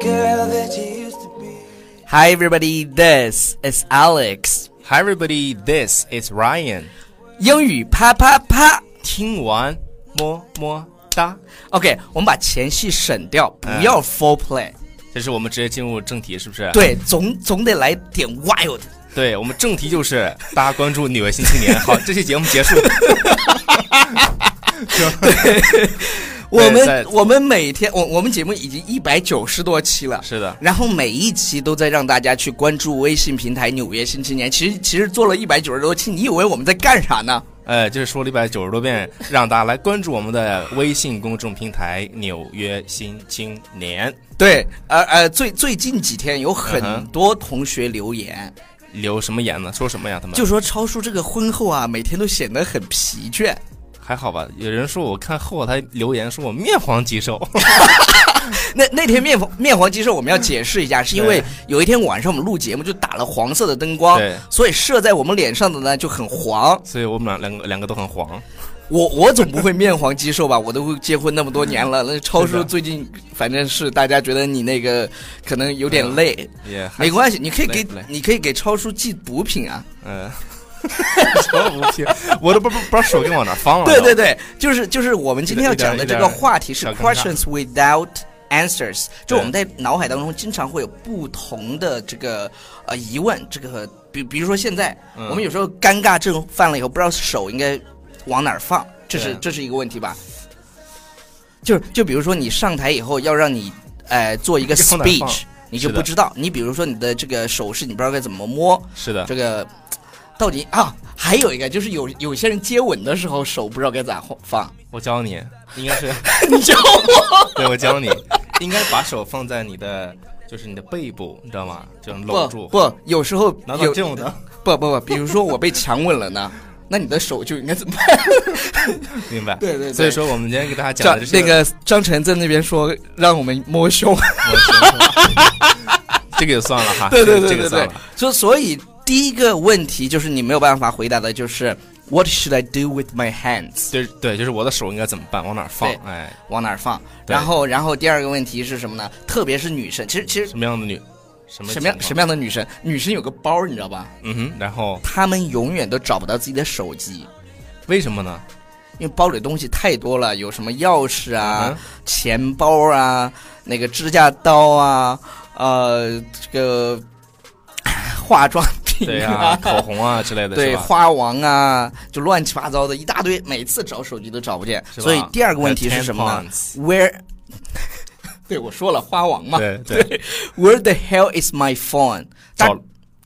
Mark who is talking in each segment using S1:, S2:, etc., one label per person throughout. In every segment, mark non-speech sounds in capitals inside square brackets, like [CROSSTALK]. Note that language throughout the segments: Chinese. S1: girl that you used to be. Hi, everybody. This is Alex.
S2: Hi everybody, this is Ryan。
S1: 英语啪啪啪。
S2: 听完么么哒，
S1: OK，我们把前戏省掉，不
S2: 嗯
S1: 要 foreplay。
S2: 这是我们直接进入正题，是不是？
S1: 对，总总得来点 wild。
S2: 对，我们正题就是 [LAUGHS] 大家关注《纽约新青年》。
S1: [LAUGHS]
S2: 好，这期节目结束。
S1: 我
S2: 在
S1: 们我们每天我我们节目已经一百九十多期了，
S2: 是的
S1: 然后每一期都在让大家去关注微信平台《纽约新青年》。其实其实做了一百九十多期，你以为我们在干啥呢？
S2: 呃，就是说了一百九十多遍，让大家来关注我们的微信公众平台《纽约新青年》，
S1: 对，呃呃，最最近几天有
S2: 嗯
S1: 很
S2: 哼嗯
S1: 多同学留言，
S2: 留什么言呢？说什么呀？他们
S1: 就说超叔这个婚后啊，每天都显得很疲倦。
S2: 还好吧？有人说我看后台留言说我面黄肌瘦， [LAUGHS]
S1: 那那天面黄面黄肌瘦，我们要解释一下，是因为有一天晚上我们录节目就打了黄色的灯光
S2: 对，
S1: 所以射在我们脸上的呢就很黄。
S2: 所以我们俩两个两个都很黄。
S1: 我我总不会面黄肌瘦吧？ [LAUGHS] 我都结婚那么多年了，那超
S2: 嗯是
S1: 叔
S2: 的
S1: 最近反正是大家觉得你那个可能有点累，
S2: 也还
S1: 没关系，你可以
S2: 累
S1: 给
S2: 累
S1: 你可以给超叔寄补品啊。
S2: [LAUGHS] 嗯，什么无皮？我都不不不知道手机往哪放了。
S1: 对对对，就是就是我们今天要讲的这个
S2: 有点有点
S1: 话题是
S2: 小尴尬
S1: questions without answers，就
S2: 对
S1: 我们在脑海当中经常会有不同的这个呃疑问，这个比比如说现在、
S2: 嗯
S1: 我们有时候尴尬症犯了以后，不知道手应该往哪儿放，这是
S2: 对
S1: 这是一个问题吧？就是就比如说你上台以后要让你呃做一
S2: [LAUGHS]
S1: 个
S2: 往哪儿放
S1: speech，你就是
S2: 的
S1: 不知道，你比如说你的这个手势你不知道该怎么摸，
S2: 是的，
S1: 这个到底啊，还有一个就是有有些人接吻的时候手不知道该咋
S2: [LAUGHS]
S1: 放，
S2: 我教你，应该是，
S1: 你知道吗？
S2: [LAUGHS] 对我教你，应该把手放在你的，就是你的背部，你知道吗？这样搂
S1: 不
S2: 住。
S1: 不，有时候
S2: 拿到
S1: 有
S2: 这种的，
S1: 不不不，比如说我被强吻了呢，那你的手就应该怎么办？
S2: 明白？
S1: 对对对
S2: 所以说，我们今天给大家讲
S1: 张
S2: 的这些
S1: 那个张晨在那边说让我们摸胸，
S2: 我行嗯 [LAUGHS] 这个就算了哈。
S1: [LAUGHS] 对对对对
S2: 这个这个算
S1: 对
S2: 了。，
S1: 所所以第一个问题就是你没有办法回答的就是 What should I do with my hands？
S2: 就是对，就是我的手应该怎么办，往哪儿放
S1: 对？
S2: 哎，
S1: 往哪儿放？
S2: 对
S1: 然后然后第二个问题是什么呢？特别是女生，其实其实
S2: 什么样的女，什么
S1: 什么样什
S2: 么？
S1: 么样的女生？女生有个包，你知道吧？
S2: 嗯哼，然后
S1: 他们永远都找不到自己的手机，
S2: 为什么呢？
S1: 因为包里东西太多了，有什么钥匙啊、
S2: 嗯哼
S1: 钱包啊、那个指甲刀啊、呃，这个 [LAUGHS] 化妆品
S2: [LAUGHS] 对 [LAUGHS] 呀，
S1: 啊。
S2: 口红啊之类
S1: [LAUGHS]
S2: 的，
S1: 对
S2: 是 [LAUGHS] 吧？
S1: 花王啊，就乱七八糟的一大堆，每次找手机都找不见。
S2: 是吧
S1: 所以第二个问题是什么
S2: 还
S1: 呢
S2: 有 tampons
S1: ？Where？对，我说了花王嘛。
S2: 对对，
S1: Where the hell is my phone？但
S2: 找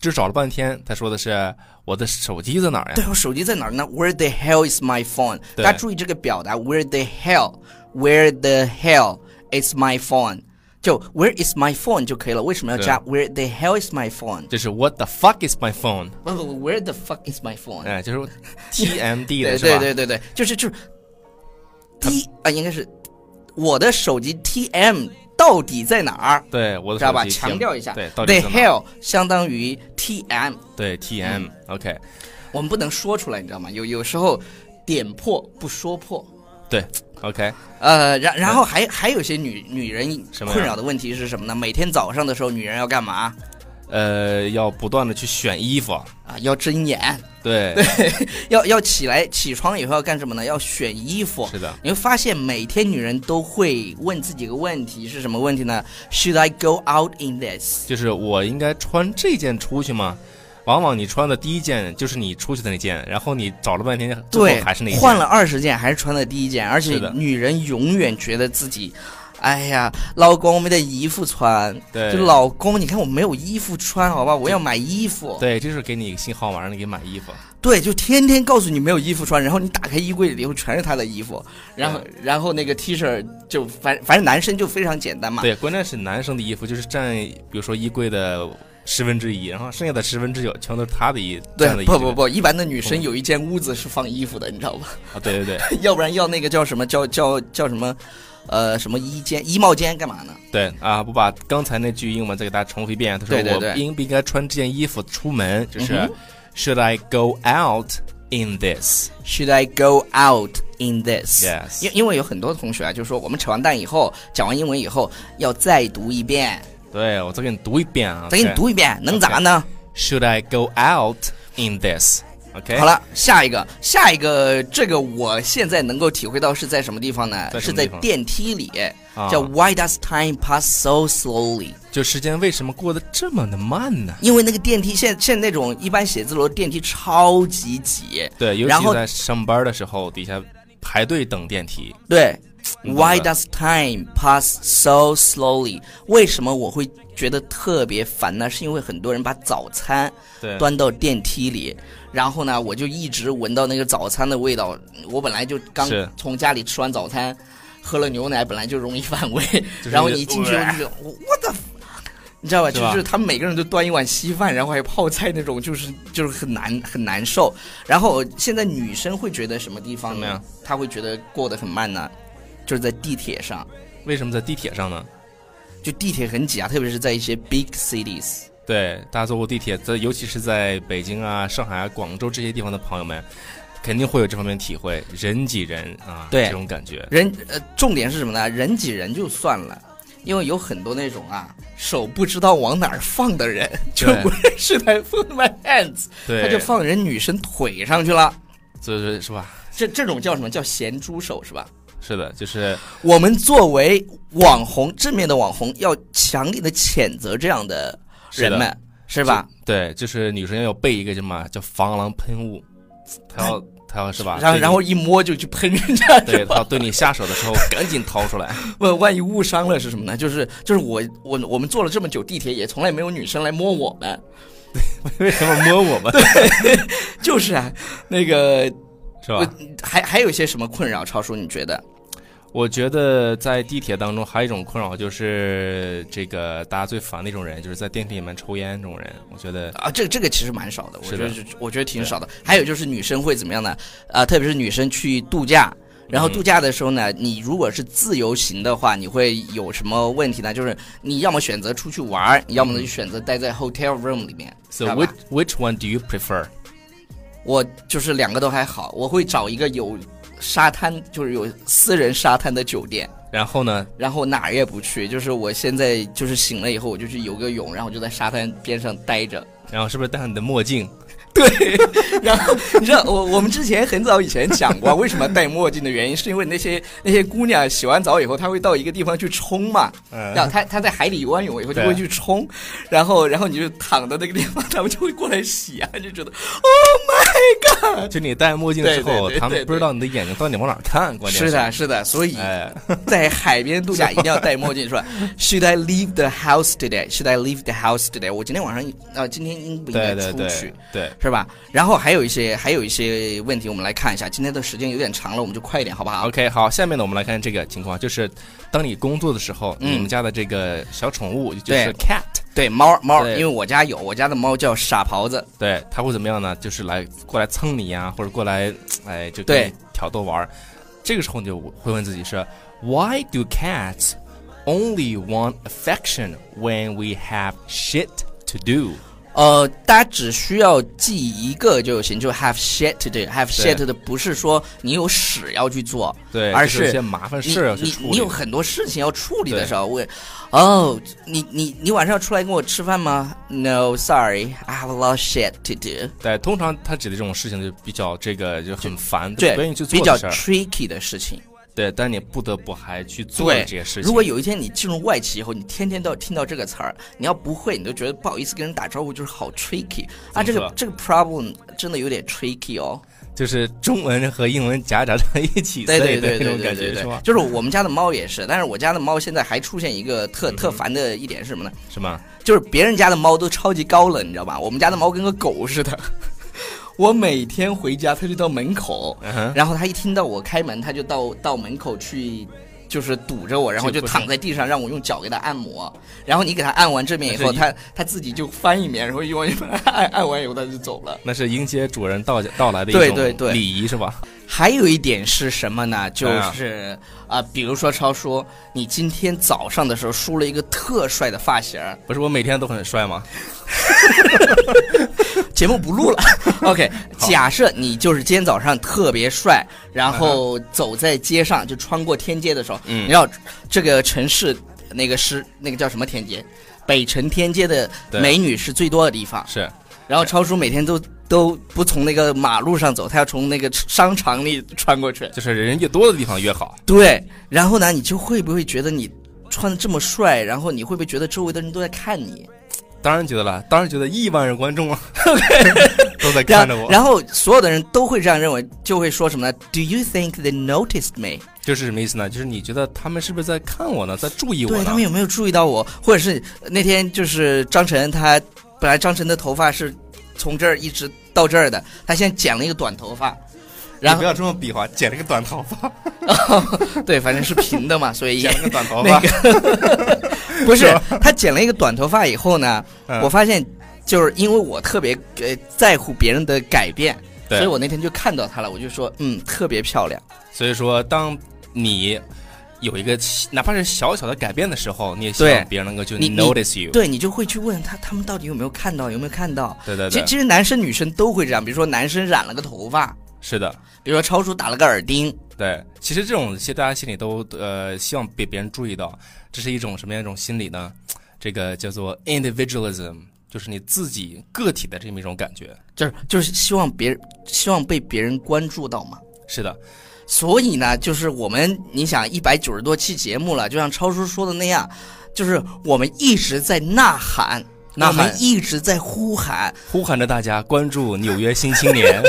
S2: 就找了半天，他说的是我的手机在哪儿呀？
S1: 对，我手机在哪儿呢？Where the hell is my phone？大
S2: 对
S1: 家注意这个表达，Where the hell？Where the hell is my phone？就 Where is my phone 就可以了。为什么要加 Where the hell is my phone？
S2: 就是 What the fuck is my phone？
S1: 不不不，Where the fuck is my phone？
S2: 哎，就是 [LAUGHS] TMD
S1: 对
S2: 的是吧？
S1: 对对对对，就是就是 T 啊，应该是我的手机 TM 到底在哪儿？
S2: 对我的
S1: 知道吧？
S2: 手机
S1: 强调一下
S2: 对，
S1: ，The
S2: 到底在哪
S1: hell 相当于 TM，
S2: 对 TM，OK，、OK
S1: 我们不能说出来，你知道吗？有有时候点破不说破。
S2: 对 OK，
S1: 呃，然然后还还有些女女人
S2: 什么呀
S1: 困扰的问题是什么呢？每天早上的时候，女人要干嘛
S2: 呃，要不断的去选衣服，
S1: 啊？要睁眼，
S2: 对，
S1: 要要起来，起床以后要干什么呢？要选衣服。
S2: [LAUGHS] 是的，
S1: 你会发现，每天女人都会问自己一个问题，是什么问题呢？Should I go out in this？
S2: 就是我应该穿这件出去吗？往往你穿的第一件就是你出去的那件，然后你找了半天，最
S1: 对
S2: 后还是那，件
S1: 换了，二十件，还是穿的第一件，而且
S2: 是的
S1: 女人永远觉得自己，哎呀，老公没得衣服穿，
S2: 对
S1: 就老公，你看我没有衣服穿，好吧，我要买衣服。
S2: 对，这是给你一个信号嘛，让你给买衣服，
S1: 对，就天天告诉你没有衣服穿，然后你打开衣柜里以后全是他的衣服，然后然后那个 T 恤就反反正男生就非常简单嘛，
S2: 对，关键是男生的衣服就是占，比如说衣柜的十分之一，然后剩下的十分之九全都是他的衣占的
S1: 对，
S2: 衣
S1: 不
S2: 服
S1: 不不，一般的女生
S2: 嗯
S1: 有一间屋子是放衣服的，你知道吧？ [LAUGHS]
S2: 啊，对对对
S1: 要不然要那个叫什么叫叫叫什么，呃，什么衣间衣帽间干嘛呢？
S2: 对啊！我把刚才那句英文再给大家重复一遍，他说
S1: 对对
S2: 我
S1: 对
S2: 应不应该穿这件衣服出门？就是
S1: 嗯
S2: Should I go out in this？
S1: Should I go out in this？
S2: Yes
S1: 因因为有很多同学啊，就说我们扯完蛋以后，讲完英文以后要再读一遍，
S2: 对我再给你读一遍啊，
S1: 再给你
S2: OK
S1: 读一遍，能咋呢
S2: Should I go out in this? OK，
S1: 好，了，下一个，下一个，这个我现在能够体会到是在什么地方呢？
S2: 在什
S1: 是
S2: 么
S1: 在
S2: 地方
S1: 电梯里，
S2: 啊
S1: 叫 Why does time pass so slowly？
S2: 就时间为什么过得这么的慢呢？
S1: 因为那个电梯现现在那种一般写字楼的电梯超级挤，
S2: 对，尤
S1: 然
S2: 其
S1: 后
S2: 在上班的时候，底下排队等电梯。
S1: 对
S2: 你懂的
S1: ，Why does time pass so slowly？为什么我会觉得特别烦呢？是因为很多人把早餐
S2: 对
S1: 端到电梯里，然后呢，我就一直闻到那个早餐的味道。我本来就刚
S2: 是
S1: 从家里吃完早餐，喝了牛奶，本来就容易反
S2: [LAUGHS]
S1: 胃，
S2: 是
S1: 然后你一进去我就觉得我我的。你知道吧？
S2: 是
S1: 就
S2: 吧
S1: 是他们每个人都端一碗稀饭，然后还有泡菜那种，就是就是很难很难受。然后现在女生会觉得什么地方
S2: 怎么
S1: 呢
S2: 样？
S1: 她会觉得过得很慢呢，就是在地铁上，
S2: 为什么在地铁上呢？
S1: 就地铁很挤啊，特别是在一些 big cities。
S2: 对，大家坐过地铁，在尤其是在北京啊、上海啊、广州这些地方的朋友们，肯定会有这方面体会，人挤人啊，
S1: 对
S2: 这种感觉。
S1: 人呃，重点是什么呢？人挤人就算了，因为有很多那种啊，手不知道往哪儿放的人，就
S2: 对
S1: 不认识来 put my hands，
S2: 对，
S1: 他就放人女生腿上去了。
S2: 就是是吧？
S1: 这这种叫什么叫咸猪手是吧？
S2: 是的，就是
S1: 我们作为网红，正面的网红要强烈的谴责这样的人们，是吧？
S2: 对，就是女生要备一个什么叫防狼喷雾，她要她要是吧？
S1: 哎然后
S2: 对
S1: 然后一摸就去喷人家，
S2: 啊对
S1: 是吧
S2: 她对你下手的
S1: [LAUGHS]
S2: 时候，赶紧掏出来。
S1: 万万一误伤了是什么呢？就是就是我我我们坐了这么久地铁，也从来没有女生来摸我们，
S2: 为什么摸我们？
S1: 就是啊，那个
S2: 是吧？
S1: 还还有一些什么困扰？超叔，你觉得？
S2: 我觉得在地铁当中还有一种困扰，就是这个大家最烦的一种人，就是在电梯里面抽烟这种人。我觉得
S1: 啊，这这个其实蛮少的，我觉
S2: 是
S1: 得
S2: 的
S1: 是我觉得挺少的。还有就是女生会怎么样呢？啊、特别是女生去度假，然
S2: 嗯
S1: 后度假的时候呢，你如果是自由行的话，你会有什么问题呢？就是你要么选择出去玩儿，要么呢就选择待在 hotel room 里面。
S2: 嗯，So
S1: 知道吧
S2: which which one do you prefer？
S1: 我就是两个都还好，我会找一个有沙滩，就是有私人沙滩的酒店。
S2: 然后呢，
S1: 然后哪儿也不去，就是我现在就是醒了以后，我就去游个泳，然后就在沙滩边上待着，
S2: 然后是不是戴上你的墨镜？
S1: [LAUGHS] 然后你知道，我我们之前很早以前讲过，为什么戴墨镜的原因，是因为那些那些姑娘洗完澡以后，她会到一个地方去冲嘛，
S2: 嗯
S1: 然后她她在海里游完泳以后就
S2: 对
S1: 会去冲，然后然后你就躺在那个地方，她们就会过来洗啊，就觉
S2: [LAUGHS]
S1: 得
S2: 就你戴墨镜的时候
S1: 对对对对，
S2: 他们不知道你的眼睛到底往哪儿看，关键
S1: 是的，是的，所以 [LAUGHS]
S2: 哎，
S1: 在海边度假一定要戴墨
S2: [LAUGHS]
S1: 镜，是吧？Should I leave the house today? Should I leave the house today? 我今天晚上啊、今天应不应该出
S2: 对对
S1: 去
S2: 对？对，
S1: 是吧？然后还有一些还有一些问题，我们来看一下。今天的时间有点长了，我们就快一点，好不好？
S2: OK，好，下面呢，我们来看这个情况，就是当你工作的时候，
S1: 嗯
S2: 你们家的这个小宠物就
S1: 对
S2: 是 cat，
S1: 对猫猫，
S2: 对
S1: 因为我家有，我家的猫叫傻狍子，
S2: 对，它会怎么样呢？就是来过来蹭你呀、啊或者过来，哎，就
S1: 对
S2: 跟你挑逗玩儿。这个时候你就会问自己是，Why do cats only want affection when we have shit to do？哦
S1: 呃，大家只需要记一个就行，就 have shit to do，have shit 的不是说你有屎要去做，
S2: 对，
S1: 而
S2: 就是有
S1: 是
S2: 些麻烦
S1: 你
S2: 事儿要去
S1: 你
S2: 处
S1: 你
S2: 理
S1: 有。很多事情要处理的
S2: 对
S1: 时候，我，哦，你你你晚上要出来跟我吃饭吗？No，sorry，I have a lot of shit to do，
S2: 对，通常它指的这种事情就比较这个就很烦，就
S1: 对
S2: 不愿意去，
S1: 比
S2: 做
S1: 较
S2: 的事儿。
S1: tricky 的事情。
S2: 对，但你不得不还去做
S1: 对
S2: 这些事情。
S1: 如果有一天你进入外企以后，你天天都要听到这个词儿，你要不会，你就觉得不好意思跟人打招呼，就是好 tricky 啊！
S2: 怎么
S1: 这个
S2: 说
S1: 这个 problem 真的有点 tricky 哦。
S2: 就是中文和英文夹杂在一起，
S1: 对对
S2: [LAUGHS] 对
S1: 对
S2: 那
S1: 对
S2: 种
S1: 对
S2: 感
S1: 对
S2: 觉是
S1: 对，
S2: 吧？
S1: 就是我们家的猫也是，但是我家的猫现在还出现一个
S2: 嗯
S1: 特特烦的一点是什么呢？
S2: 是吗？
S1: 就是别人家的猫都超级高冷，你知道吧？我们家的猫跟个狗似的。 [LAUGHS] 我每天回家，它就到门口，
S2: 嗯哼，
S1: 然后它一听到我开门，它就到到门口去，就是堵着我，然后就
S2: 就不是
S1: 躺在地上让我用脚给它按摩。然后你给它按完这面以 [LAUGHS] 后，
S2: 那是一
S1: 它它自己就翻一面，然后用完一面按按完以后它就走了。
S2: 那是迎接主人到到来的一
S1: 对
S2: 种
S1: 对对
S2: 礼仪是吧？
S1: 还有一点是什么呢？就
S2: 哎呀
S1: 是啊、比如说超叔，你今天早上的时候梳了一个特帅的发型儿，
S2: 不是我每天都很帅吗？ [LAUGHS]
S1: 节目不录了， OK，假设你就是今天早上特别帅，
S2: 嗯
S1: 然后走在街上，就穿过天街的时候，
S2: 嗯
S1: 你知道这个城市那个是那个叫什么天街？北城天街的
S2: 对
S1: 美女是最多的地方。
S2: 是
S1: 然后超叔每天都都不从那个马路上走，他要从那个商场里穿过去。
S2: 就是人越多的地方越好。
S1: 对，然后呢，你就会不会觉得你穿的这么帅，然后你会不会觉得周围的人都在看你？
S2: 当然觉得了，当然觉得亿万人观
S1: [LAUGHS]
S2: 众啊，都在看
S1: 然
S2: 着我，
S1: 然后所有的人都会这样认为，就会说什么呢？Do you think they noticed me？
S2: 就是什么意思呢？就是你觉得他们是不是在看我呢，在注意我
S1: 对
S2: 呢
S1: 他？们有没有注意到我？或者是呃那天就是张晨他，本来张晨的头发是从这儿一直到这儿的，他现在剪了一个短头发，然
S2: 你
S1: 后
S2: 不要这么比划，剪了个短头发，
S1: 对，反正是平
S2: [LAUGHS]
S1: 的嘛，所以
S2: 剪
S1: 也
S2: 了个短头
S1: [LAUGHS] 那
S2: 发，
S1: 个不
S2: 是
S1: 是他剪了一个短头发以后呢，
S2: 嗯
S1: 我发现就是因为我特别呃在乎别人的改变，
S2: 对
S1: 所以我那天就看到她了，我就说嗯特别漂亮，
S2: 所以说，当你有一个哪怕是小小的改变的时候，你也希
S1: 对
S2: 望别人能够就
S1: 你你
S2: notice you。
S1: 对你就会去问他他们到底有没有看到有没有看到。
S2: 对对
S1: 其
S2: 对
S1: 实，其实男生女生都会这样，比如说男生染了个头发，
S2: 是的，
S1: 比如说超叔打了个耳钉，
S2: 对。其实这种其实大家心里都呃希望被别人注意到，这是一种什么样一种心理呢？这个叫做 individualism，就是你自己个体的这么一种感觉。
S1: 就是就是希望别人希望被别人关注到嘛。
S2: 是的，
S1: 所以呢，就是我们你想一百九十多期节目了，就像超叔说的那样，就是我们一直在呐喊。
S2: 呐
S1: 我
S2: 喊
S1: 们一直在呼喊，
S2: 呼喊着大家关注纽约新青年。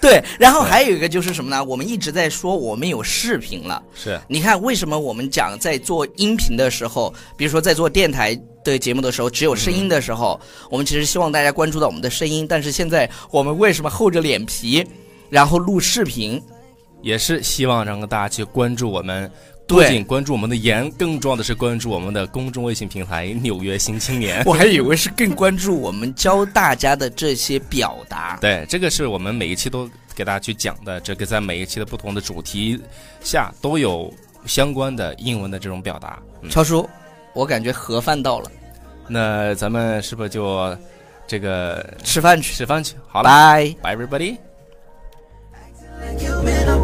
S1: 对，然后还有一个就是什么呢？我们一直在说我们有视频了。
S2: 是
S1: 你看，为什么我们讲在做音频的时候，比如说在做电台的节目的时候，只有声音的时候，我们其实希望大家关注到我们的声音。但是现在我们为什么厚着脸皮，然后录视频？ [LAUGHS]
S2: 也是希望让大家去关注我们。不
S1: 对
S2: 仅关注我们的言，更重要的是关注我们的公众微信平台《纽约新青年》。
S1: 我还以为是更关注我们教大家的这些表达。
S2: 对，这个是我们每一期都给大家去讲的，这个在每一期的不同的主题下都有相关的英文的这种表达。嗯，
S1: 超叔，我感觉盒饭到了，
S2: 那咱们是不是就这个
S1: 吃饭去。
S2: 吃饭去？好了
S1: 拜。
S2: ，Bye everybody。
S3: You've been